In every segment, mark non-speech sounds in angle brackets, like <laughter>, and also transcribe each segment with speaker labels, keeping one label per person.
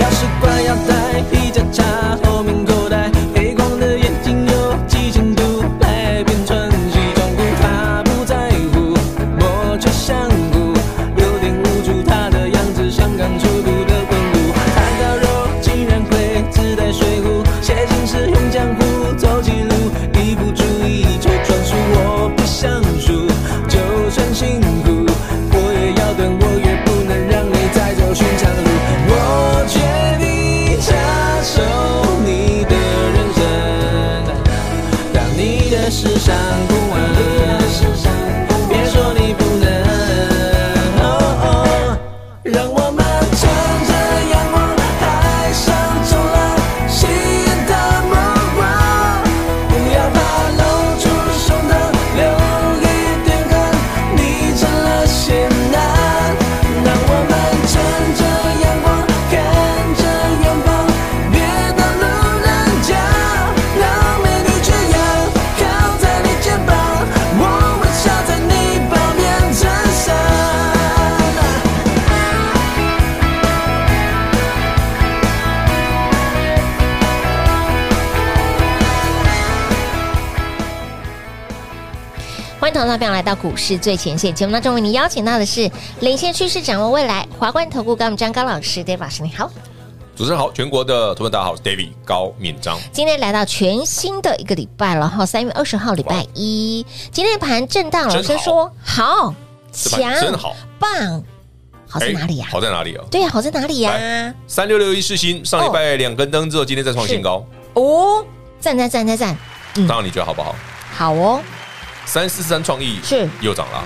Speaker 1: 钥匙挂腰带，皮夹插后面口袋，黑框的眼镜有几千度，来便穿西装裤，他不在乎，我却想哭，有点无助，他的样子像刚出炉的混乳，蛋糕肉竟然会自带水壶，写信时用浆糊做记录，一不注意就专属，我不想输，就算辛苦，我也要等，我也不能让你再走寻常路。我决定插手你的人生，当你的世上不完。别说你不能，哦哦让我们乘着阳光，海上走浪，吸引的目光。不要怕露出胸膛，留一点汗，你成了仙男。让我们乘着阳光，看着远方，别当路人甲，让美女缺氧，靠在你肩膀，我微笑在你包面衬衫。
Speaker 2: 欢迎投资朋友来到股市最前线节目当中，为您邀请到的是领先趋势、掌握未来华冠投顾高敏章高老师，David 老师，你好。
Speaker 3: 主持人好，全国的同胞大家好，我是 David 高敏章。
Speaker 2: 今天来到全新的一个礼拜了哈，三月二十号礼拜一，今天盘震荡，老师
Speaker 3: 真好
Speaker 2: 说好
Speaker 3: 这盘
Speaker 2: 强，
Speaker 3: 真好
Speaker 2: 棒，好在
Speaker 3: 哎
Speaker 2: 哪里呀、
Speaker 3: 好在哪里啊？
Speaker 2: 对呀，好在哪里呀
Speaker 3: 来？三六六一世新上礼拜两根灯之后，今天再创新高，
Speaker 2: 哦，赞赞赞赞赞，嗯
Speaker 3: 当然你觉得好不好？
Speaker 2: 好哦，
Speaker 3: 三四三创意
Speaker 2: 是
Speaker 3: 又涨了，啊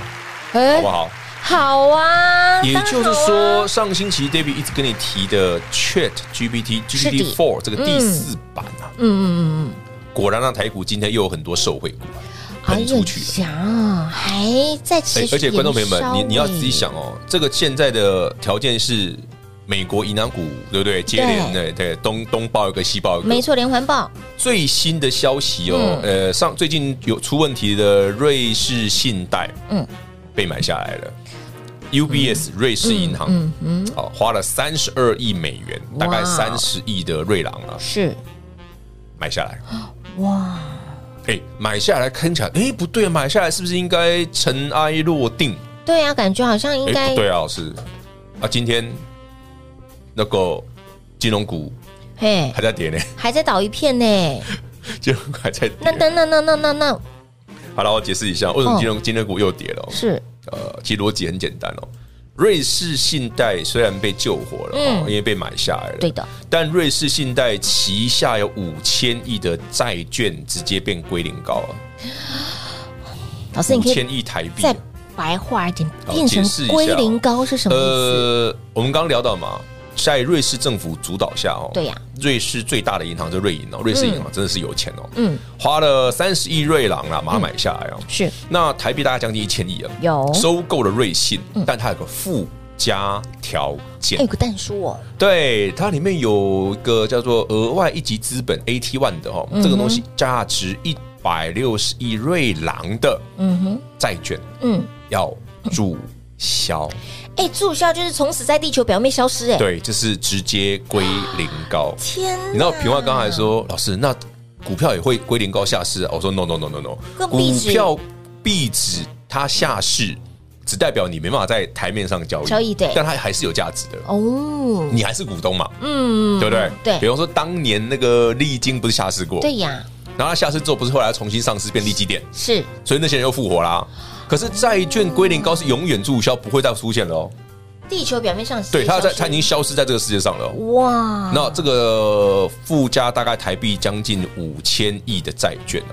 Speaker 2: 哎
Speaker 3: 好不好？
Speaker 2: 好啊，
Speaker 3: 也
Speaker 2: 当然
Speaker 3: 就是
Speaker 2: 好
Speaker 3: 说，
Speaker 2: 啊，
Speaker 3: 上星期 David 一直跟你提的 Chat GPT
Speaker 2: 是的
Speaker 3: GPT Four 这个第四版啊，
Speaker 2: 嗯嗯嗯嗯，
Speaker 3: 果然让台股今天又有很多受惠股啊喷出去了。
Speaker 2: 哎呀，还在持
Speaker 3: 哎，
Speaker 2: 续、
Speaker 3: 而且观众朋友们，你你要仔细想。哦，这个现在的条件是美国银行股对不对？接连对对，东东报一个西报一个，
Speaker 2: 没。错，连环报
Speaker 3: 最新的消息哦，呃，上最近有出问题的瑞士信贷，
Speaker 2: 嗯
Speaker 3: 嗯，被买下来了。UBS 瑞士银行，嗯嗯，好，花了三十二亿美元，大概
Speaker 2: 哇
Speaker 3: 三十亿的瑞郎啊，
Speaker 2: 是
Speaker 3: 买下来。
Speaker 2: 哇，
Speaker 3: 哎，买下来看起来，哎，不对，买下来是不是应该尘埃落定？
Speaker 2: 对啊，感觉好像应
Speaker 3: 哎，
Speaker 2: 该
Speaker 3: 不对啊，老师啊，今天那个金融股
Speaker 2: 嘿，
Speaker 3: 还在跌呢， <laughs>
Speaker 2: 还在倒一片呢。
Speaker 3: 金融股还在
Speaker 2: 那那
Speaker 3: 跌。
Speaker 2: 那那那那那
Speaker 3: 好了，我解释一下为什
Speaker 2: 哦
Speaker 3: 么金融金融股又跌了哦。
Speaker 2: 是
Speaker 3: 呃，其实逻辑很简单哦。瑞士信贷虽然被救活了、哦
Speaker 2: 嗯
Speaker 3: 因为被买下来了，
Speaker 2: 对的，
Speaker 3: 但瑞士信贷旗下有五千亿的债券直接变归零高啊，
Speaker 2: 老师，
Speaker 3: 五
Speaker 2: 你可
Speaker 3: 千
Speaker 2: 以
Speaker 3: 亿台币
Speaker 2: 再
Speaker 3: 啊。
Speaker 2: 白话一点，
Speaker 3: 好
Speaker 2: 变成
Speaker 3: 解释一下哦
Speaker 2: 归零高是什么意思？
Speaker 3: 呃，我们刚刚聊到嘛，在瑞士政府主导下哦，
Speaker 2: 对呀
Speaker 3: 瑞士最大的银行就瑞银哦，瑞士银行真的是有钱哦，
Speaker 2: 嗯，
Speaker 3: 花了三十亿瑞郎啊，把它买下来哦，
Speaker 2: 是
Speaker 3: 那台币大概将近一千亿啊，
Speaker 2: 有嗯
Speaker 3: 收购了瑞信，但它有个附加条件
Speaker 2: 哎，有，个蛋书哦，
Speaker 3: 对，它里面有一个叫做额外一级资本 AT One 的哦，
Speaker 2: 嗯
Speaker 3: 这个东西价值一百六十亿瑞郎的
Speaker 2: 嗯哼，
Speaker 3: 债券
Speaker 2: 嗯，
Speaker 3: 要注销，
Speaker 2: 哎，注销就是从此在地球表面消失，哎，
Speaker 3: 对，就是直接归零高。
Speaker 2: 天啊哪，
Speaker 3: 你知道平话刚才说，老师，那股票也会归零高下市啊？我说 no no no no no，
Speaker 2: 更
Speaker 3: 股
Speaker 2: 币值
Speaker 3: 票币值它下市，只代表你没办法在台面上交易，
Speaker 2: 交易对
Speaker 3: 但它还是有价值的，
Speaker 2: 哦，
Speaker 3: 你还是股东嘛，
Speaker 2: 嗯，
Speaker 3: 对不对？
Speaker 2: 对
Speaker 3: 比方说当年那个利金不是下市过，
Speaker 2: 对呀，
Speaker 3: 然后它下市之后不是后来重新上市变利基店，
Speaker 2: 是
Speaker 3: 所以那些人又复活啦。可是债券归零高是永远注销，不会再出现了哦。
Speaker 2: 地球表面上
Speaker 3: 对，它在它已
Speaker 2: 经
Speaker 3: 经消失在这个世界上了哦。
Speaker 2: 哇，
Speaker 3: 那这个附加大概台币将近五千亿的债券啊，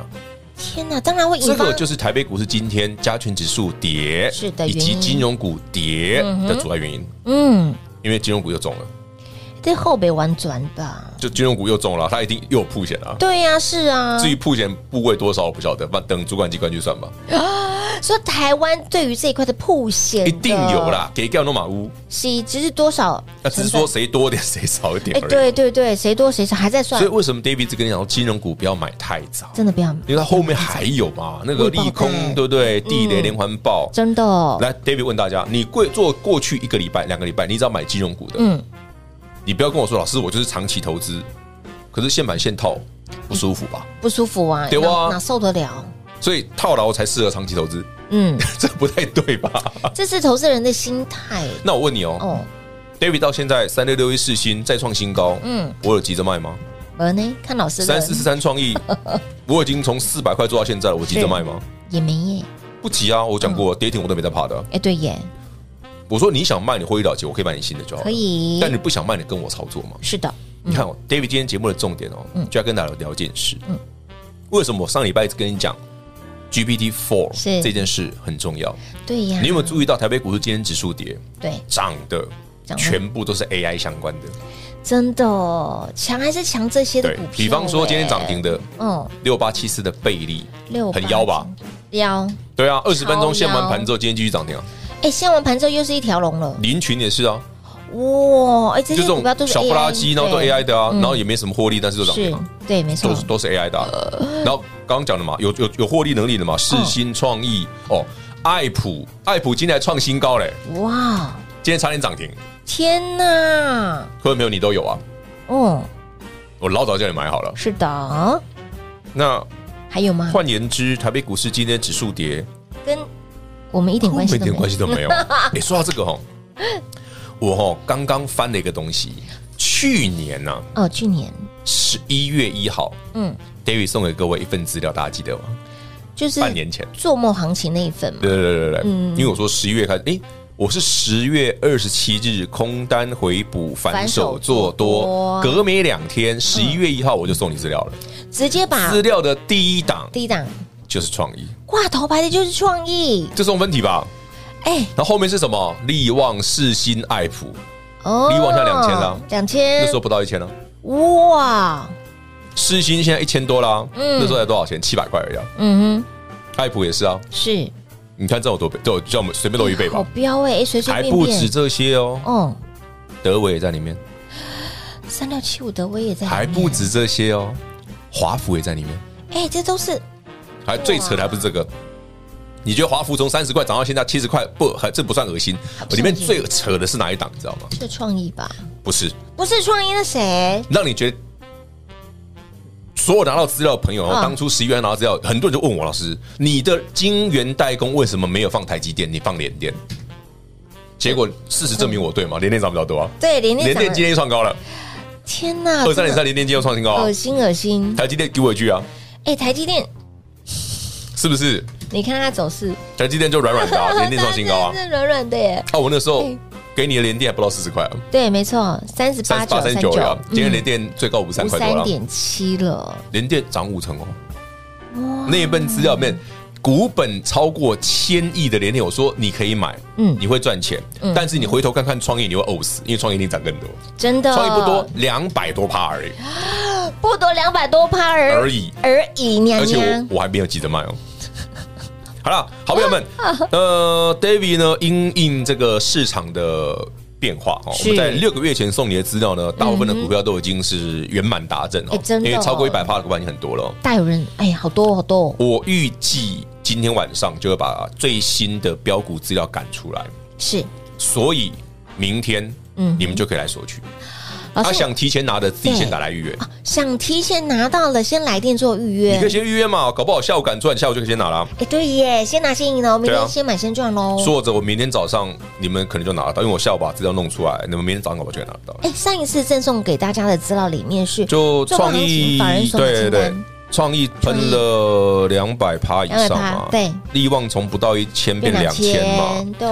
Speaker 2: 天哪，当然会
Speaker 3: 这
Speaker 2: 引发
Speaker 3: 个就是台北股市今天加权指数跌，
Speaker 2: 是的
Speaker 3: 以及
Speaker 2: 原因
Speaker 3: 金融股跌的主要原因。
Speaker 2: 嗯，
Speaker 3: 因为金融股又中了，
Speaker 2: 这后北玩转吧？
Speaker 3: 就金融股又中了，它一定又有破险了。
Speaker 2: 对呀、是啊。
Speaker 3: 至于破险部位多少，我不晓得，那等主管机关去算吧，
Speaker 2: 所以台湾对于这一块的铺险
Speaker 3: 一定有，啦，给掉诺马乌，
Speaker 2: 是只是多少？
Speaker 3: 那只是说，谁多一点，谁少一点
Speaker 2: 哎，
Speaker 3: 而已。
Speaker 2: 对对对，谁多谁少还在算
Speaker 3: 所以，为什么 David 一直跟你讲说金融股不要买太早？
Speaker 2: 真的不要，
Speaker 3: 因为它后面还有嘛，那个利空
Speaker 2: 会爆的
Speaker 3: 对不对？地
Speaker 2: 嗯
Speaker 3: 雷连环爆。
Speaker 2: 真的哦。
Speaker 3: 来，David 问大家，你过做过去一个礼拜、两个礼拜，你只要买金融股的，
Speaker 2: 嗯，
Speaker 3: 你不要跟我说老师，我就是长期投资，可是现买现套不舒服吧？
Speaker 2: 不舒服啊，
Speaker 3: 对啊
Speaker 2: 哪哪受得了？
Speaker 3: 所以套牢才适合长期投资， <laughs>
Speaker 2: 嗯，
Speaker 3: 这不太对
Speaker 2: <laughs>
Speaker 3: 吧？
Speaker 2: 这是投资人的心态
Speaker 3: 那我问你哦
Speaker 2: 哦。
Speaker 3: ，David 到现在三六六一四新再创新高，
Speaker 2: 嗯，
Speaker 3: 我有急着卖吗？
Speaker 2: 而呢，看老师
Speaker 3: 三
Speaker 2: 的
Speaker 3: 四四
Speaker 2: <laughs>
Speaker 3: 三创意，我已经从四百块做到现在了，我急着卖吗？
Speaker 2: 也没耶，
Speaker 3: 不急啊，我讲过
Speaker 2: 嗯
Speaker 3: 跌停我都没在怕的啊。
Speaker 2: 哎，对耶，
Speaker 3: 我说你想卖你获利了结，我可以买你新的就好了
Speaker 2: 可。以，
Speaker 3: 哦但你不想卖，你跟我操作嘛？
Speaker 2: 是的，
Speaker 3: 你看、哦、David 今天节目的重点哦，
Speaker 2: 嗯
Speaker 3: 就要跟大家聊一件事。为什么我上礼拜一直跟你讲
Speaker 2: 是
Speaker 3: GPT
Speaker 2: 嗯
Speaker 3: Four 这件事很重要？
Speaker 2: 对呀，
Speaker 3: 你有没有注意到台北股市今天指数跌，
Speaker 2: 对，
Speaker 3: 涨的
Speaker 2: 涨的
Speaker 3: 全部都是 AI 相关的？
Speaker 2: 真的哦，强还是强这些的
Speaker 3: 对
Speaker 2: 股票，
Speaker 3: 比方说今天
Speaker 2: 哎
Speaker 3: 涨停，的
Speaker 2: 嗯，
Speaker 3: 六八七四的贝利，
Speaker 2: 六
Speaker 3: 很妖吧？
Speaker 2: 妖，
Speaker 3: 对啊，二十分钟
Speaker 2: 超
Speaker 3: 限
Speaker 2: 妖
Speaker 3: 完盘之后，今天继续涨停啊。
Speaker 2: 哎，先完盘之后又是一条龙了，
Speaker 3: 林群也是啊，
Speaker 2: 哇，哎，这些
Speaker 3: 就这
Speaker 2: 股
Speaker 3: 种
Speaker 2: 票都是
Speaker 3: 小不拉
Speaker 2: AI
Speaker 3: 几，然后都
Speaker 2: 对
Speaker 3: AI 的啊，
Speaker 2: 嗯
Speaker 3: 然后也没什么获利，但是都涨停
Speaker 2: 是
Speaker 3: 啊。，
Speaker 2: 对，没
Speaker 3: 都
Speaker 2: 错
Speaker 3: 是，都是 AI 的啊、然后刚刚讲的嘛，有有有获利能力的嘛，
Speaker 2: 嗯
Speaker 3: 世新创意哦，爱普爱普今天还创新高嘞，
Speaker 2: 哇，
Speaker 3: 今天差点涨停，
Speaker 2: 天哪，
Speaker 3: 各位朋友你都有啊，
Speaker 2: 哦，
Speaker 3: 我老早叫你买好了。
Speaker 2: 是的，
Speaker 3: 那
Speaker 2: 还有吗？
Speaker 3: 换言之，台北股市今天指数跌，
Speaker 2: 跟我们一点关系
Speaker 3: 一
Speaker 2: 都没
Speaker 3: 点
Speaker 2: 有
Speaker 3: 关，系都没有。
Speaker 2: <laughs>
Speaker 3: 你、说到这个哦，我哦刚刚翻了一个东西，去年呐、啊，
Speaker 2: 哦，去年，
Speaker 3: 十一月一号
Speaker 2: 嗯，
Speaker 3: ，David 送给各位一份资料，大家记得吗？
Speaker 2: 就是
Speaker 3: 半年前。
Speaker 2: 做梦行情那一份嘛，
Speaker 3: 对对对对对，
Speaker 2: 嗯
Speaker 3: 因为我说十一月开始，诶，我是十月二十七日空单回补，反手做多，
Speaker 2: 反手做多
Speaker 3: 隔没两天，十一月一号我就送你资料了。
Speaker 2: 直接把
Speaker 3: 资料的第一档
Speaker 2: 啊第一档
Speaker 3: 就是创意，
Speaker 2: 挂头牌的就是创意，
Speaker 3: 这送分题吧。
Speaker 2: 哎，
Speaker 3: 然后后面是什么？力旺、世新、爱普，
Speaker 2: 哦，
Speaker 3: 离往下2000啦
Speaker 2: 两
Speaker 3: 那
Speaker 2: 千
Speaker 3: 时，候不到一千了。
Speaker 2: 哇，
Speaker 3: 世新现在一千多啦，
Speaker 2: 嗯
Speaker 3: 那时候才多少钱？七百块而已啊。
Speaker 2: 嗯
Speaker 3: 爱普也是啊，
Speaker 2: 哼，是，
Speaker 3: 你看这有多倍，都有叫我们随便都一倍
Speaker 2: 好
Speaker 3: 吧，
Speaker 2: 标哎，哎随随
Speaker 3: 还
Speaker 2: 便
Speaker 3: 不止
Speaker 2: 便，
Speaker 3: 这些哦。
Speaker 2: 哦，
Speaker 3: 德伟也在里面，
Speaker 2: 三六七五的威也在，
Speaker 3: 还不，止这些哦。华府也在里面。
Speaker 2: 哎，这都是
Speaker 3: 还最扯的还不是这个？你觉得华孚从三十块涨到现在七十块，不，还这不算恶心
Speaker 2: 不。算
Speaker 3: 里面最扯的是哪一档，你知道吗？
Speaker 2: 是创意吧？
Speaker 3: 不是，
Speaker 2: 不是创意，那谁？
Speaker 3: 让你觉得所有拿到资料的朋友，
Speaker 2: 嗯
Speaker 3: 当初十一月拿到资料，很多人就问我老师，你的晶圆代工为什么没有放台积电，你放联电？结果事实证明我对嘛，联电涨比较多啊，
Speaker 2: 对，连
Speaker 3: 联
Speaker 2: 电
Speaker 3: 电
Speaker 2: 涨
Speaker 3: 今
Speaker 2: 了，
Speaker 3: 天创高了，
Speaker 2: 天哪，
Speaker 3: 二三
Speaker 2: 真
Speaker 3: 零
Speaker 2: 的
Speaker 3: 三联电今天又创新高啊
Speaker 2: 恶，心恶心，
Speaker 3: 台积电给我一句啊，
Speaker 2: 哎，台积电，
Speaker 3: 是不是？
Speaker 2: 你看它走势，
Speaker 3: 台积电就软软的啊，联电创新
Speaker 2: <laughs>
Speaker 3: 高啊
Speaker 2: 它，是软软的耶，
Speaker 3: 啊，我那时候
Speaker 2: 对
Speaker 3: 给你的联电还不到四十块啊。
Speaker 2: 对，没错，三十
Speaker 3: 三
Speaker 2: 八九嗯
Speaker 3: 十八、三十九了，今天连电最高五三
Speaker 2: 五
Speaker 3: 块多
Speaker 2: 三
Speaker 3: 了，
Speaker 2: 点七了，
Speaker 3: 连电涨五成哦。那一份资料里面，股本超过千亿的连电，我说你可以买，
Speaker 2: 嗯
Speaker 3: 你会赚钱，但是你回头看看创意，你会呕死，因为创意一定涨更多，
Speaker 2: 真的，
Speaker 3: 创意不多，两百多趴而已
Speaker 2: 不多两百多趴而
Speaker 3: 而
Speaker 2: 已
Speaker 3: 已，
Speaker 2: 而已，娘
Speaker 3: 而且
Speaker 2: 娘，
Speaker 3: 我我还没有急着卖哦。 <laughs> 好了，好朋友
Speaker 2: <laughs>
Speaker 3: 们，呃，David 呢，因应这个市场的变化哦，我
Speaker 2: 是嗯
Speaker 3: 们在六个月前送你的资料呢，大部分的股票都已经是圆满达阵
Speaker 2: 哎
Speaker 3: 哦，
Speaker 2: 真的
Speaker 3: 因为超过
Speaker 2: 哦
Speaker 3: 一百趴的股票已经很多了哦。
Speaker 2: 大有人，哎呀，好多好多，
Speaker 3: 我预计今天晚上就会把最新的标股资料赶出来，
Speaker 2: 是
Speaker 3: 所以明天
Speaker 2: 嗯
Speaker 3: 你们就可以来索取。
Speaker 2: 老
Speaker 3: 他
Speaker 2: 师
Speaker 3: 想提前拿的，自己先
Speaker 2: 对啊
Speaker 3: 打来预约，
Speaker 2: 想提前拿到了，先来电做预
Speaker 3: 你可以
Speaker 2: 约。
Speaker 3: 先预约嘛，搞不好下午赶赚，下午就可以先拿啦。
Speaker 2: 哎，对耶，先拿先赢哦，明
Speaker 3: 对啊
Speaker 2: 天先买先赚哦喽。
Speaker 3: 说着，我明天早上你们可能就拿得到，因为我下午把资料弄出来，你们明天早上搞不好就可以拿得到。
Speaker 2: 哎，上一次赠送给大家的资料里面是
Speaker 3: 就
Speaker 2: 哎做梦
Speaker 3: 创
Speaker 2: 行情
Speaker 3: 意
Speaker 2: 法人，所买清单，
Speaker 3: 创意喷了两百趴以上嘛
Speaker 2: 200%，对，
Speaker 3: 力旺从不到一千变两千嘛，
Speaker 2: 对，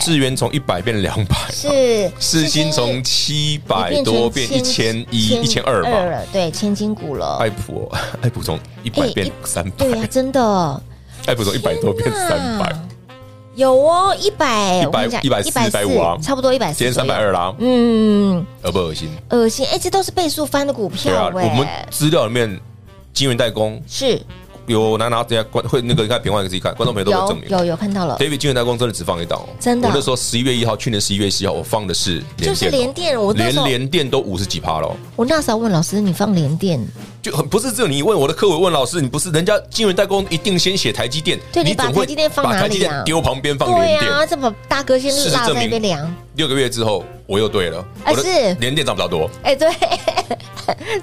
Speaker 3: 智源从一百变两百，
Speaker 2: 是
Speaker 3: 世新从七百多变一千一、一千二嘛，
Speaker 2: 了，对，千金股了。
Speaker 3: 爱普哦 <laughs> 爱普从一百
Speaker 2: 哎
Speaker 3: 变
Speaker 2: 一
Speaker 3: 三百
Speaker 2: 对，呀、真的
Speaker 3: 爱普从一百多变
Speaker 2: 天
Speaker 3: 三
Speaker 2: 哪
Speaker 3: 百，
Speaker 2: 有哦，一百，我跟你讲，
Speaker 3: 100 140 150啊
Speaker 2: 差不多一百四，
Speaker 3: 今天三百二啦，
Speaker 2: 嗯，
Speaker 3: 恶不恶心？
Speaker 2: 恶心，哎、这都是倍数翻的股
Speaker 3: 对啊
Speaker 2: 票，，
Speaker 3: 我们
Speaker 2: 哎、
Speaker 3: 资料里面金源代工
Speaker 2: 是
Speaker 3: 有拿拿，等下观会那个，你看别忘了自己看，观众朋友都有证
Speaker 2: 有
Speaker 3: 明。
Speaker 2: 有有看到了，
Speaker 3: David 金源代工真的只放一档哦，
Speaker 2: 真的
Speaker 3: 我那时候十一月一号，去年十一月七号，我放的是联电哦
Speaker 2: 就是联电我那时
Speaker 3: 连
Speaker 2: 候
Speaker 3: 联电都五十几趴了哦，
Speaker 2: 我那时候问老师，你放连电，
Speaker 3: 就很不是只有你问我的课，我问老师，你不是人家金源代工一定先写台积电，
Speaker 2: 对你把
Speaker 3: 怎么会
Speaker 2: 台积电放
Speaker 3: 把
Speaker 2: 哪里啊
Speaker 3: 台积电丢旁边放
Speaker 2: 对
Speaker 3: 联
Speaker 2: 啊，
Speaker 3: 电？
Speaker 2: 这么大哥先
Speaker 3: 事实
Speaker 2: 落在
Speaker 3: 证
Speaker 2: 那
Speaker 3: 明
Speaker 2: 边量，
Speaker 3: 六个月之后我又对了，
Speaker 2: 啊
Speaker 3: 我的
Speaker 2: 是
Speaker 3: 联电涨不到多，
Speaker 2: 哎、对，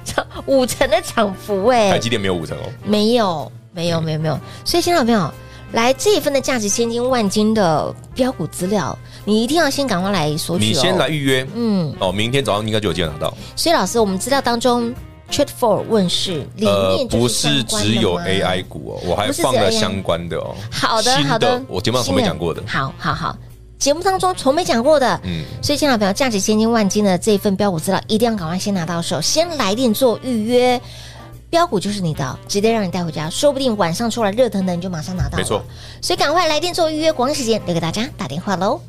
Speaker 2: <laughs> 五成的涨幅、哎，
Speaker 3: 台积电没有五成哦。
Speaker 2: 没有，没
Speaker 3: 嗯
Speaker 2: 有，没有，没有。所以，现在有没有来这一份的价值千金万金的标股资料？你一定要先赶快来索取、哦。
Speaker 3: 你先来。预约
Speaker 2: 嗯，
Speaker 3: 哦，明天早上应该就有机会拿到。
Speaker 2: 所以老师，我们资料当中 Chat Four 问世里面就
Speaker 3: 呃不是
Speaker 2: 相关的
Speaker 3: 只有
Speaker 2: 吗
Speaker 3: AI 股哦，我还
Speaker 2: 不是只有
Speaker 3: 放了
Speaker 2: AI
Speaker 3: 相关的哦。
Speaker 2: 好的，
Speaker 3: 新
Speaker 2: 好的，
Speaker 3: 我节目上从没讲过的
Speaker 2: 新。好好好，节目当中从没讲过的。
Speaker 3: 嗯，
Speaker 2: 所以，亲爱的朋友，价值千金万金的这份标股资料，一定要赶快先拿到手，先来电做预约。标股就是你的，直接让你带回家，说不定晚上出来热腾腾你就马上拿到了。
Speaker 3: 没错，
Speaker 2: 所以赶快来电做预约，广告时间留给大家打电话喽。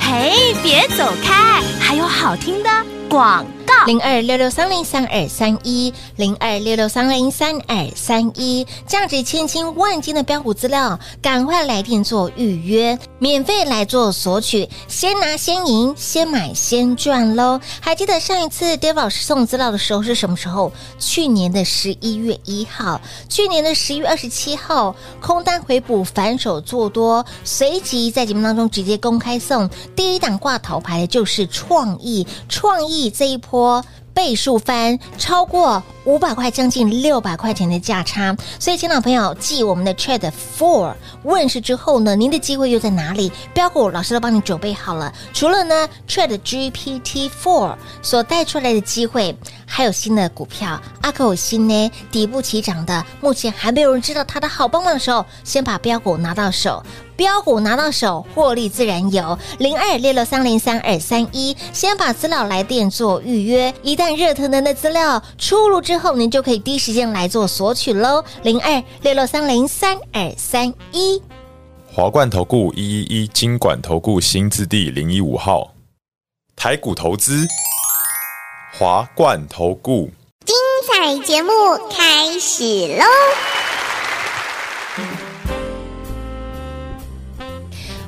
Speaker 4: 嘿，别走开，还有好听的广告。
Speaker 2: 零二六六三零三二三一，零二六六三零三二三一，价值千金万金的标股资料，赶快来电做预约，免费来做索取，先拿先赢，先买先赚喽！还记得上一次 Dave 老师送资料的时候是什么时候？去年的十一月一号，去年的十一月二十七号，空单回补，反手做多，随即在节目当中直接公开送第一档挂头牌的就是创意，创意这一波。倍数翻，超过五百块，将近六百块钱的价差。所以，亲老朋友，继我们的 Chat Four 问世之后呢，您的机会又在哪里？标股老师都帮你准备好了。除了呢 Chat GPT Four 所带出来的机会，还有新的股票，阿克有新呢底部起涨的，目前还没有人知道它的好棒棒的时候，先把标股拿到手。标股拿到手，获利自然有。零二六六三零三二三一，先把资料来电做预约，一旦热腾腾的资料出炉之后，您就可以第一时间来做索取喽。零二六六三零三二三一。
Speaker 5: 华冠投顾一一一金管投顾新字第零一五号，台股投资，华冠投顾。
Speaker 6: 彩节目开始喽！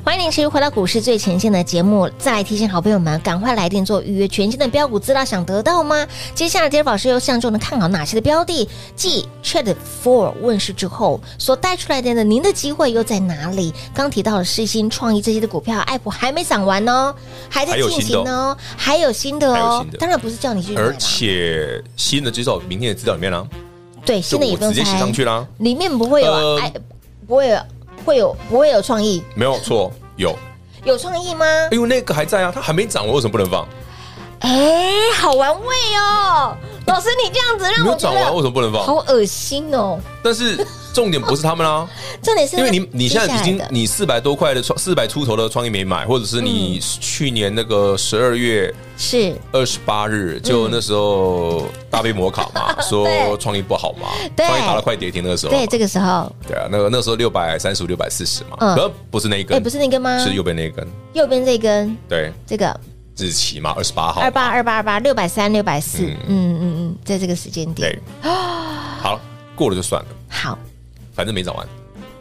Speaker 2: 欢迎您持续回到股市最前线的节目。再来提醒好朋友们，赶快来电做预约，全新的标股资料想得到吗？接下来，杰老师又相中的看好哪些的标的？继 Chat Four 问世之后，所带出来的呢，您的机会又在哪里？刚提到了世新、创意这些的股票，爱普还没涨完哦，还在
Speaker 3: 还有
Speaker 2: 进
Speaker 3: 新的
Speaker 2: 行
Speaker 3: 哦
Speaker 2: 哦，还有新的
Speaker 3: 还有
Speaker 2: 哦
Speaker 3: 新。的
Speaker 2: 当然不是叫你去买啦
Speaker 3: 而且新的介绍明天的资料里面啊啦，
Speaker 2: 对
Speaker 3: 就
Speaker 2: 新的也
Speaker 3: 我
Speaker 2: 不用
Speaker 3: 直接写上
Speaker 2: 猜，
Speaker 3: 去啦，
Speaker 2: 里面不会有
Speaker 3: 呃
Speaker 2: 爱，不会有会有不会有创意，
Speaker 3: 没有
Speaker 2: <laughs>
Speaker 3: 错，有。
Speaker 2: 有创意吗？
Speaker 3: 哎呦，那个还在啊，它还没涨，我为什么不能放？
Speaker 2: 哎，好玩味哦！老师，你这样子让
Speaker 3: 没
Speaker 2: 我
Speaker 3: 有
Speaker 2: 觉
Speaker 3: 涨啊完，为
Speaker 2: 得
Speaker 3: 什么不能
Speaker 2: 好
Speaker 3: 放？
Speaker 2: 恶心哦。
Speaker 3: 但是重点不是他
Speaker 2: <laughs>
Speaker 3: 们啦，
Speaker 2: 重点是
Speaker 3: 因为你你现在
Speaker 2: 接
Speaker 3: 已
Speaker 2: 下
Speaker 3: 经
Speaker 2: 来的
Speaker 3: 你四百多块的创四百出头的创意没买，或者是你
Speaker 2: 嗯
Speaker 3: 去年那个十二月
Speaker 2: 是
Speaker 3: 二十八日，就那时候大杯摩卡
Speaker 2: <laughs>
Speaker 3: 嘛，说
Speaker 2: 嗯对
Speaker 3: 创意不好嘛，
Speaker 2: 对
Speaker 3: 创意打了快跌停那个时候嘛，
Speaker 2: 对这个时候，
Speaker 3: 对啊，那个那时候六百三十五、六百四十嘛，
Speaker 2: 嗯
Speaker 3: 可不是那一根，
Speaker 2: 哎，不是那根吗？
Speaker 3: 是右边那一根，
Speaker 2: 右边这根，
Speaker 3: 对，
Speaker 2: 这个
Speaker 3: 日期嘛，二十八号，
Speaker 2: 二八二八二八六百三六百四，嗯嗯嗯，在这个时间点 <gasps>
Speaker 3: 对，好，过了就算了，
Speaker 2: 好。
Speaker 3: 反正没涨完，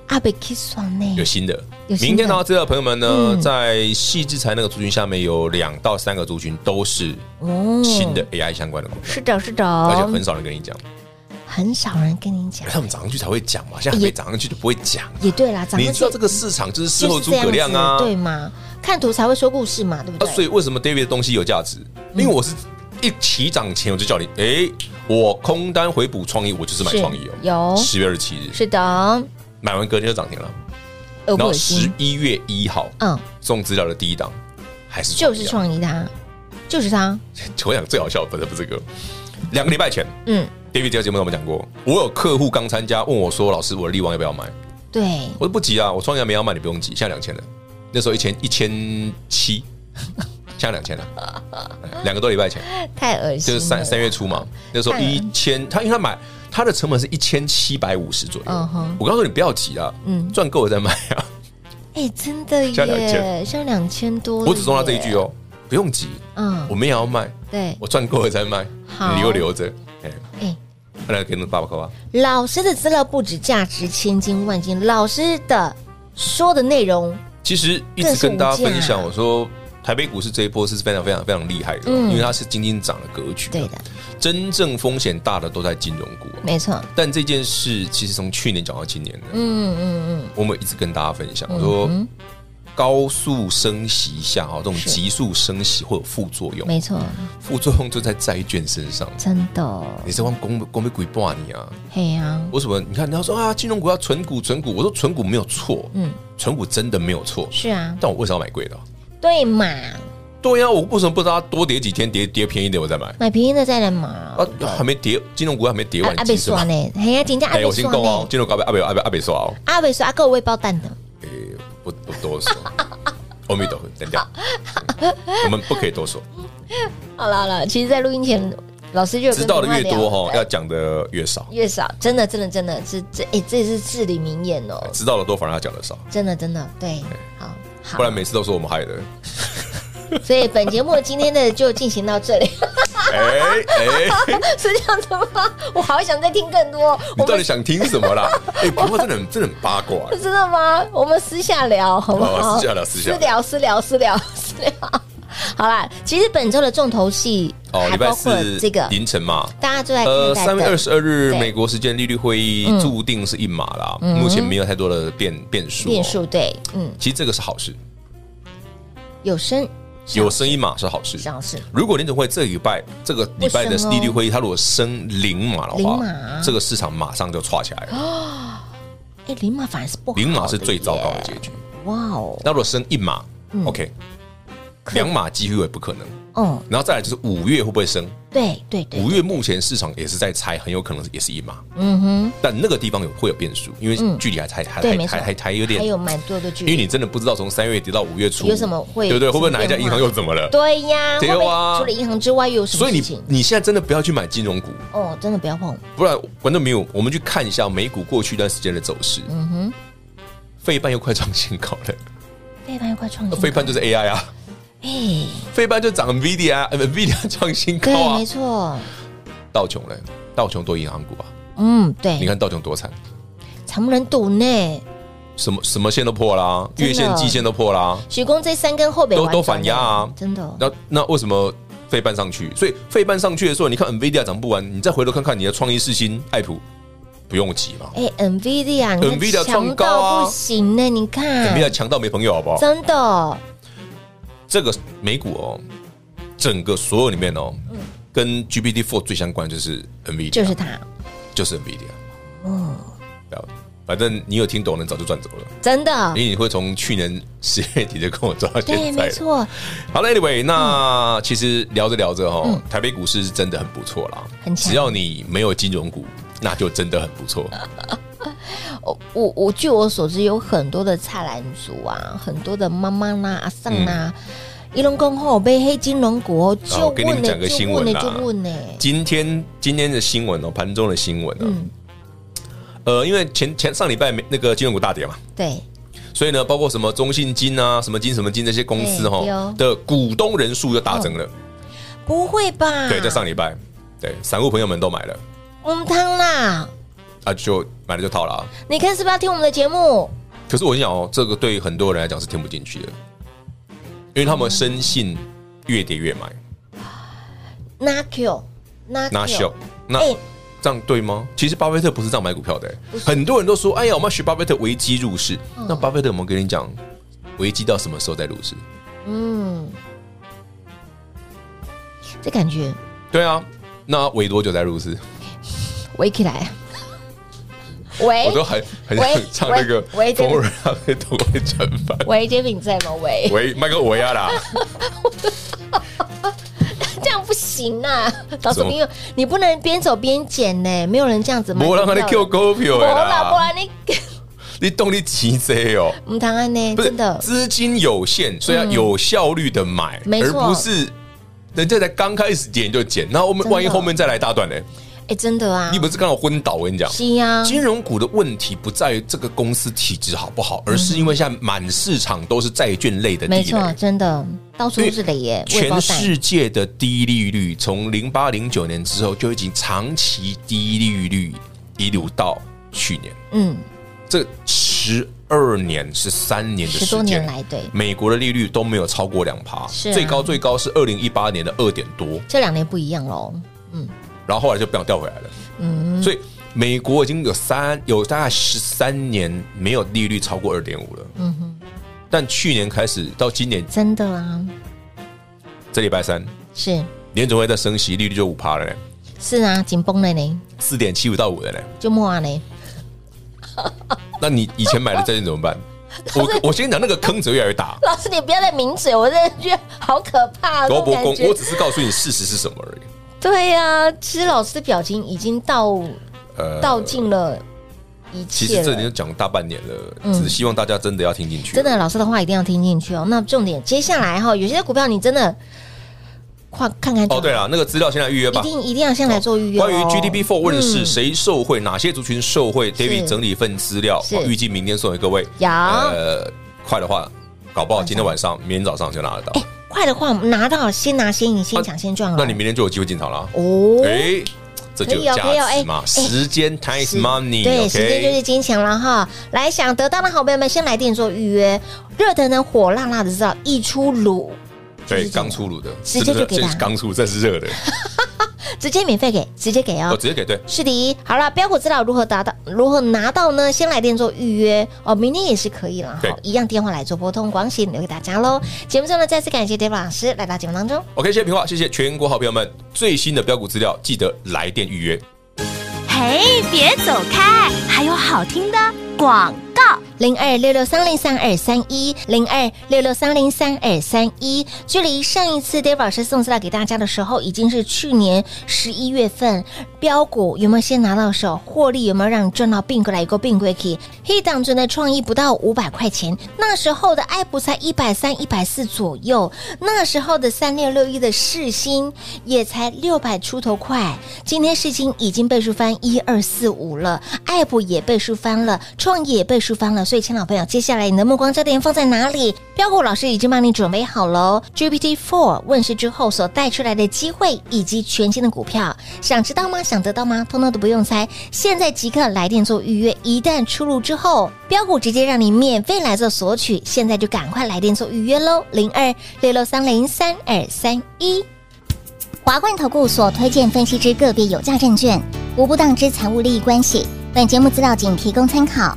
Speaker 2: 阿北 kiss 爽呢
Speaker 3: 有？新的。
Speaker 2: 嗯有新的
Speaker 3: 明天拿到资料的朋友们呢
Speaker 2: 嗯，
Speaker 3: 在细制裁那个族群下面有两到三个族群都是
Speaker 2: 哦
Speaker 3: 新的 AI 相关的股票，
Speaker 2: 是的，是的，
Speaker 3: 而且很少人跟你讲，
Speaker 2: 很少人跟你讲。
Speaker 3: 他们涨上去才会讲嘛，现
Speaker 2: 哎
Speaker 3: 在还没涨上去就不会讲。
Speaker 2: 也对啦，涨
Speaker 3: 你
Speaker 2: 上
Speaker 3: 知道
Speaker 2: 去
Speaker 3: 这个市场就是事后
Speaker 2: 就是
Speaker 3: 诸
Speaker 2: 这样子
Speaker 3: 葛亮啊，
Speaker 2: 对吗？看图才会说故事嘛，对不嗯
Speaker 3: 啊，
Speaker 2: 对？
Speaker 3: 所以为什么 David 的东西有价值？因为我是一起涨前我就叫你，哎、我空单回补创意，我就是买
Speaker 2: 是
Speaker 3: 创意哦。
Speaker 2: 有
Speaker 3: 十月二十七日
Speaker 2: 是的，
Speaker 3: 买完隔天就涨停了，
Speaker 2: 恶
Speaker 3: 然
Speaker 2: 不
Speaker 3: 后
Speaker 2: 恶
Speaker 3: 十
Speaker 2: 心？
Speaker 3: 一月一号
Speaker 2: 嗯，
Speaker 3: 送资料的第一档还是
Speaker 2: 就是
Speaker 3: 创
Speaker 2: 创意的啊，就是他，
Speaker 3: 意啊。我想最好笑的不是不是这个，两个礼拜前
Speaker 2: 嗯，
Speaker 3: David 这个节目跟我们讲过，我有客户刚参加问我说，老师我的力王要不要买？
Speaker 2: 对，
Speaker 3: 我说不急啊，我创意还没要卖，你不用急，现在两千了，那时候一千一千七，现在两千了，
Speaker 2: <laughs>
Speaker 3: 哎两个多礼拜前。
Speaker 2: 太恶心
Speaker 3: 就
Speaker 2: 了，
Speaker 3: 是三三月初嘛，那时候
Speaker 2: 看了
Speaker 3: 一千，他因为他买他的成本是一千七百五十左右
Speaker 2: 嗯哼。
Speaker 3: 我告诉你不要急啊，
Speaker 2: 嗯
Speaker 3: 赚够了再买啊。
Speaker 2: 哎，真的耶，
Speaker 3: 现在2000
Speaker 2: 现在两千多了耶，
Speaker 3: 我只送他这一句哦，不用急，
Speaker 2: 嗯
Speaker 3: 我，们也要卖，
Speaker 2: 对，
Speaker 3: 我赚够了再卖，
Speaker 2: 好
Speaker 3: 你又留着，哎，
Speaker 2: 哎，
Speaker 3: 来给你爸啊爸看吧。
Speaker 2: 老师的资料不止价值千金万金，老师的说的内容，
Speaker 3: 其实一直跟大家分享，
Speaker 2: 更
Speaker 3: 我说台北股市这一波是非常非常非常厉害的，
Speaker 2: 嗯
Speaker 3: 因为它是今天涨的格局。啊
Speaker 2: 对的，
Speaker 3: 真正风险大的都在金融股啊、
Speaker 2: 没错，
Speaker 3: 但这件事其实从去年讲到今年的，
Speaker 2: 嗯嗯
Speaker 3: 我们一直跟大家分享，我
Speaker 2: 嗯，
Speaker 3: 说
Speaker 2: 嗯
Speaker 3: 高速升息下哈，这种
Speaker 2: 是
Speaker 3: 急速升息会有副作用，
Speaker 2: 没错，
Speaker 3: 副作用就在债券身上。
Speaker 2: 真的哦，
Speaker 3: 你这帮公公被鬼挂你啊！
Speaker 2: 嘿呀，
Speaker 3: 为什么？你看，人家说啊，金融股要存股，存股，我说存股没有错，
Speaker 2: 嗯，
Speaker 3: 存股真的没有错，
Speaker 2: 是啊，
Speaker 3: 但我为什么要买贵的啊？
Speaker 2: 对嘛，
Speaker 3: 对呀、我为什么不知道它多跌几天，跌跌便宜点我再买？
Speaker 2: 买便宜的再来买啊，
Speaker 3: 啊，还没跌，金融股还没跌
Speaker 2: 阿
Speaker 3: 完
Speaker 2: 阿
Speaker 3: 金
Speaker 2: 北
Speaker 3: 是
Speaker 2: 刷
Speaker 3: 吗？
Speaker 2: 呢，嘿呀，人家阿
Speaker 3: 哎，
Speaker 2: 北
Speaker 3: 我先
Speaker 2: 刷
Speaker 3: 够哦
Speaker 2: 呢，，
Speaker 3: 金融股阿北阿北阿北说哦，
Speaker 2: 阿北刷阿哥我会包蛋的，
Speaker 3: 哎，不不多说， <laughs> 阿弥陀佛，等
Speaker 2: <laughs>
Speaker 3: 掉，我们不可以多说，
Speaker 2: 好了好了，其实，在录音前，老师就有跟
Speaker 3: 知道的
Speaker 2: 同伴
Speaker 3: 越多
Speaker 2: 聊
Speaker 3: 哈，要讲的越少，
Speaker 2: 越少，真的真的真的是这哎，这是至理名言哦，
Speaker 3: 知道的多反而要讲的少，
Speaker 2: 真的真的对，好好
Speaker 3: 不，然每次都说我们
Speaker 2: <laughs>
Speaker 3: 害的。
Speaker 2: 所以本节目今天的就进行到这里， <laughs>
Speaker 3: 哎哎，
Speaker 2: 是这样子吗？我好想再听更多，
Speaker 3: 你
Speaker 2: 我
Speaker 3: 到
Speaker 2: 们
Speaker 3: 底想听什
Speaker 2: <laughs>
Speaker 3: 么啦？哎，不过真的很真的很八卦，
Speaker 2: 真的吗？我们私下聊好不好？
Speaker 3: 哦私下聊私下
Speaker 2: 聊，私聊，私聊，私聊。好啦，其实本周的重头戏
Speaker 3: 哦，
Speaker 2: 还
Speaker 3: 礼拜
Speaker 2: 包括
Speaker 3: 四
Speaker 2: 这个，哎
Speaker 3: 凌晨嘛，
Speaker 2: 大家最爱
Speaker 3: 呃，
Speaker 2: 看
Speaker 3: 三
Speaker 2: 待
Speaker 3: 月二
Speaker 2: 的
Speaker 3: 十二日
Speaker 2: 对
Speaker 3: 美国时间利率会议
Speaker 2: 嗯
Speaker 3: 注定是一码啦，目前没有太多的变变数、哦
Speaker 2: 变数，。对，嗯，
Speaker 3: 其实这个是好事，
Speaker 2: 有声
Speaker 3: 有升一码是好事。
Speaker 2: 上市，
Speaker 3: 如果联总会这个礼拜这个礼拜的
Speaker 2: 不升哦
Speaker 3: 利率会议，它如果升零码的
Speaker 2: 零
Speaker 3: 话
Speaker 2: 码，哦
Speaker 3: 这个市场马上就歘起来了。
Speaker 2: 哎，零码反而是不好的耶，
Speaker 3: 零码是最糟糕的结局。
Speaker 2: 哇哦，
Speaker 3: 那如果升一码
Speaker 2: 嗯
Speaker 3: ，OK，
Speaker 2: 可
Speaker 3: 两码几乎也不可能。
Speaker 2: 嗯，
Speaker 3: 然后再来就是五月会不会升？
Speaker 2: 对对对，
Speaker 3: 五月目前市场也是在猜，很有可能也是一码，
Speaker 2: 嗯哼，嗯
Speaker 3: 但那个地方有会有变数，因为距离还还还
Speaker 2: 对
Speaker 3: 还
Speaker 2: 没错
Speaker 3: 还还还有点
Speaker 2: 还有蛮多的距
Speaker 3: 因为
Speaker 2: 离
Speaker 3: 你，真的不知道从三月底到五月初
Speaker 2: 有什么会
Speaker 3: 对不对？会不会哪一家
Speaker 2: 变化
Speaker 3: 银行又怎么了？
Speaker 2: 对呀，
Speaker 3: 对
Speaker 2: 会不会
Speaker 3: 啊
Speaker 2: 除了银行之外又有什
Speaker 3: 所
Speaker 2: 么
Speaker 3: 以
Speaker 2: 事
Speaker 3: 你
Speaker 2: 情？
Speaker 3: 你现在真的不要去买金融股，
Speaker 2: 哦，真的不要碰，
Speaker 3: 不然观众朋友，我们去看一下美股过去一段时间的走势。嗯哼，费半又快创新高了，
Speaker 2: 飞盘又快创新高，
Speaker 3: 费半就是 AI 啊，
Speaker 2: 哎，
Speaker 3: 费半就涨 NVIDIA 啊呃，NVIDIA 创新
Speaker 2: 对，
Speaker 3: 高啊
Speaker 2: 没，错，
Speaker 3: 道琼嘞，道琼多银行股啊，
Speaker 2: 嗯，对，
Speaker 3: 你看道琼多惨，
Speaker 2: 惨不忍睹呢。
Speaker 3: 什么什么线都破啦，
Speaker 2: 真的
Speaker 3: 月线、季线都破啦，
Speaker 2: 许工这三根后背
Speaker 3: 都
Speaker 2: 完
Speaker 3: 都
Speaker 2: 整
Speaker 3: 反压啊
Speaker 2: 真的哦，
Speaker 3: 那那为什么？费半上去，所以费半上去的时候，你看 NVIDIA 涨不完，你再回头看看你的创意世新、爱普，不用急嘛。
Speaker 2: 哎，NVIDIA 你看
Speaker 3: NVIDIA
Speaker 2: 强
Speaker 3: 创高啊
Speaker 2: 到不行呢，你
Speaker 3: 怎
Speaker 2: 看
Speaker 3: 么样强到没朋友好不好？
Speaker 2: 真的哦
Speaker 3: 这个美股哦，整个所有里面哦，跟 GPT Four 最相关就是
Speaker 2: 嗯
Speaker 3: NVIDIA，
Speaker 2: 就是它，
Speaker 3: 就是 NVIDIA。哦，反正你有听懂的早就赚走了，
Speaker 2: 真的
Speaker 3: 因，为你会从去年十月底就跟我抓到
Speaker 2: 对，
Speaker 3: 现在
Speaker 2: 没
Speaker 3: 了。
Speaker 2: 错，嗯
Speaker 3: 好了，Anyway，那其实聊着聊着哦，台北股市是真的很不错啦，
Speaker 2: 很强呃
Speaker 3: 只要你没有金融股，那就真的很不错。
Speaker 2: 我哦我我据我所知，有很多的菜篮族啊，很多的妈妈啦、阿桑啦，一龙公后被黑哦金龙骨哦，
Speaker 3: 啊
Speaker 2: 就
Speaker 3: 我嗯跟你
Speaker 2: 问
Speaker 3: 们讲
Speaker 2: 呢，
Speaker 3: 个
Speaker 2: 就
Speaker 3: 新
Speaker 2: 问
Speaker 3: 闻
Speaker 2: 呢，
Speaker 3: 啦
Speaker 2: 就问呢，
Speaker 3: 今天今天的新闻哦，盘中的新闻
Speaker 2: 嗯
Speaker 3: 哦，呃，因为前前上礼拜没那个金融股大跌嘛，
Speaker 2: 对，
Speaker 3: 所以呢，包括什么中信金啊、什么金、什么金这些公
Speaker 2: 对
Speaker 3: 司
Speaker 2: 对哦
Speaker 3: 哈的股东人数又大增了。
Speaker 2: 嗯不会吧？
Speaker 3: 对，在上礼拜，对散户朋友们都买了
Speaker 2: 我们汤啦，
Speaker 3: 啊，就买了就套了啊。
Speaker 2: 你看是不是要听我们的节目？
Speaker 3: 可是我跟你讲哦，这个对于很多人来讲是听不进去的，因为他们深信越跌越买，
Speaker 2: 那 Q 那
Speaker 3: 那秀那。
Speaker 2: 嗯哎
Speaker 3: 这样对吗？其实巴菲特不是这样买股票的、欸
Speaker 2: 不是嗯
Speaker 3: 很多人都说：“哎呀，我们要学巴菲特危机入市。那巴菲特，我们跟你讲，危机到什么时候再入市？
Speaker 2: 嗯，这感觉
Speaker 3: 对啊，那围多久再入市？
Speaker 2: 围起来，喂
Speaker 3: <laughs> 我都很很
Speaker 2: 哎喂
Speaker 3: 想唱那个
Speaker 2: 喂喂这个
Speaker 3: 风儿他被都会惩罚。
Speaker 2: 喂，煎饼在吗？喂，
Speaker 3: 喂，麦克维
Speaker 2: <laughs>
Speaker 3: 亚啦，
Speaker 2: 这样不行
Speaker 3: <laughs>
Speaker 2: 啊！老师
Speaker 3: 怎么
Speaker 2: 朋友，你不能边走边剪呢，没有人这样子买股
Speaker 3: 我啊
Speaker 2: 票的。
Speaker 3: 让他的 Q 股票
Speaker 2: 不
Speaker 3: 的
Speaker 2: 啦，不
Speaker 3: 啦，
Speaker 2: 然你 <laughs>
Speaker 3: 你动力奇贼哦，
Speaker 2: 唔谈安呢，
Speaker 3: 不是
Speaker 2: 哎真的嗯
Speaker 3: 资金有限，所以要有效率的买，
Speaker 2: 没
Speaker 3: 而
Speaker 2: 错
Speaker 3: 不是人家在刚开始减就减，然后我们
Speaker 2: 真的
Speaker 3: 万一后面再来大段呢？
Speaker 2: 哎，真的啊
Speaker 3: 你，不是刚好昏倒，我跟你讲。
Speaker 2: 是啊呀，
Speaker 3: 金融股的问题不在于这个公司体质好不好，而是因为现在满市场都是债券类的地
Speaker 2: 嗯没
Speaker 3: 雷
Speaker 2: 错，，真的到处都是的耶，未爆
Speaker 3: 全
Speaker 2: 弹
Speaker 3: 世界的低利率从零八零九年之后就已经长期低利率，一路到去年，
Speaker 2: 嗯，
Speaker 3: 这十二年是三年的时
Speaker 2: 十
Speaker 3: 间，
Speaker 2: 多年来对，
Speaker 3: 美国的利率都没有超过两趴，
Speaker 2: 是啊
Speaker 3: 最高最高是二零一八年的二点多，
Speaker 2: 这两年不一样喽，
Speaker 3: 然后后来就不想调回来了。嗯，所以美国已经有三有大概十三年没有利率超过二点五了。嗯哼，但去年开始到今年
Speaker 2: 真的啊，
Speaker 3: 这礼拜三，
Speaker 2: 是
Speaker 3: 联准会在升息，利率就五趴了呢，
Speaker 2: 是啊，紧绷了呢，
Speaker 3: 四点七五到五了呢。
Speaker 2: 就莫啊呢，
Speaker 3: 那你以前买的债券怎
Speaker 2: <laughs>
Speaker 3: 么办？我我先讲那个坑只会越来越大。
Speaker 2: 老师你不要再抿嘴，我真的觉得好可怕，
Speaker 3: 罗
Speaker 2: 这
Speaker 3: 伯
Speaker 2: 种
Speaker 3: 公
Speaker 2: 感，觉
Speaker 3: 我只是告诉你事实是什么而已。
Speaker 2: 对呀、其实老师的表情已经到
Speaker 3: 呃
Speaker 2: 道尽了一
Speaker 3: 其
Speaker 2: 切
Speaker 3: 实这
Speaker 2: 了
Speaker 3: 已经讲大半年了，只是希望大家真的要听进去。
Speaker 2: 嗯真的，老师的话一定要听进去哦。那重点，接下来哈、有些股票你真的快看看就好
Speaker 3: 哦，对了，那个资料现在预约
Speaker 2: 一
Speaker 3: 吧。
Speaker 2: 定一定要先来做预约、哦。
Speaker 3: 关于 GDP Four 问世，
Speaker 2: 嗯
Speaker 3: 谁受惠，哪些族群受惠？David 整理一份资料哦
Speaker 2: 是，
Speaker 3: 预计明天送给各位。
Speaker 2: 有
Speaker 3: 呃，快的话，搞不好今天晚上、明天早上就拿得到。
Speaker 2: 快的话，我们拿到先拿先赢，先抢先赚了。
Speaker 3: 那啊你明天就有机会进场了。
Speaker 2: 哦，
Speaker 3: 哎，这就有
Speaker 2: 可以哦可以哦
Speaker 3: 价值
Speaker 2: 哎
Speaker 3: 嘛
Speaker 2: 哎？
Speaker 3: 时间 times
Speaker 2: 时
Speaker 3: money，
Speaker 2: 对，
Speaker 3: OK
Speaker 2: 时间就是金钱了哈。来，想得到的好朋友们，先来电做预约。热腾腾、火辣辣的资料一出炉，
Speaker 3: 对
Speaker 2: 就是这个
Speaker 3: 刚出炉的，
Speaker 2: 直接就给他
Speaker 3: 这是刚出，这是热的，
Speaker 2: 直接免费给，直接给
Speaker 3: 我
Speaker 2: 哦。
Speaker 3: 直接给对。
Speaker 2: 是的，好了，标股资料如何达到，如何拿到呢？先来电做预约哦，明天也是可以了
Speaker 3: 对
Speaker 2: 哈，一样电话来做拨通，广喜留给大家喽。节目中呢，再次感谢 David 老师来到节目当中。
Speaker 3: OK，谢谢平话，谢谢全国好朋友们，最新的标股资料记得来电预约。
Speaker 4: 嘿，别走开，还有好听的广告。
Speaker 2: 零二六六三零三二三一，零二六六三零三二三一。距离上一次 Dave 老师送资料给大家的时候，已经是去年十一月份。标股有没有先拿到手？获利有没有让你赚到并过来一个并归去？黑档存的创意不到五百块钱，那时候的爱普才一百三、一百四左右，那时候的三六六一的世新也才六百出头块。今天世新已经倍数翻一二四五了，爱普也倍数翻了，创意也倍数翻了。所以，亲老朋友，接下来你的目光焦点放在哪里？标股老师已经帮你准备好喽。GPT Four 问世之后所带出来的机会以及全新的股票，想知道吗？想得到吗？通通都不用猜，现在即刻来电做预约。一旦出炉之后，标股直接让你免费来做索取，现在就赶快来电做预约喽，零二六六三零三二三一。
Speaker 6: 华冠投顾所推荐分析之个别有价证券，无不当之财务利益关系。本节目资料仅提供参考，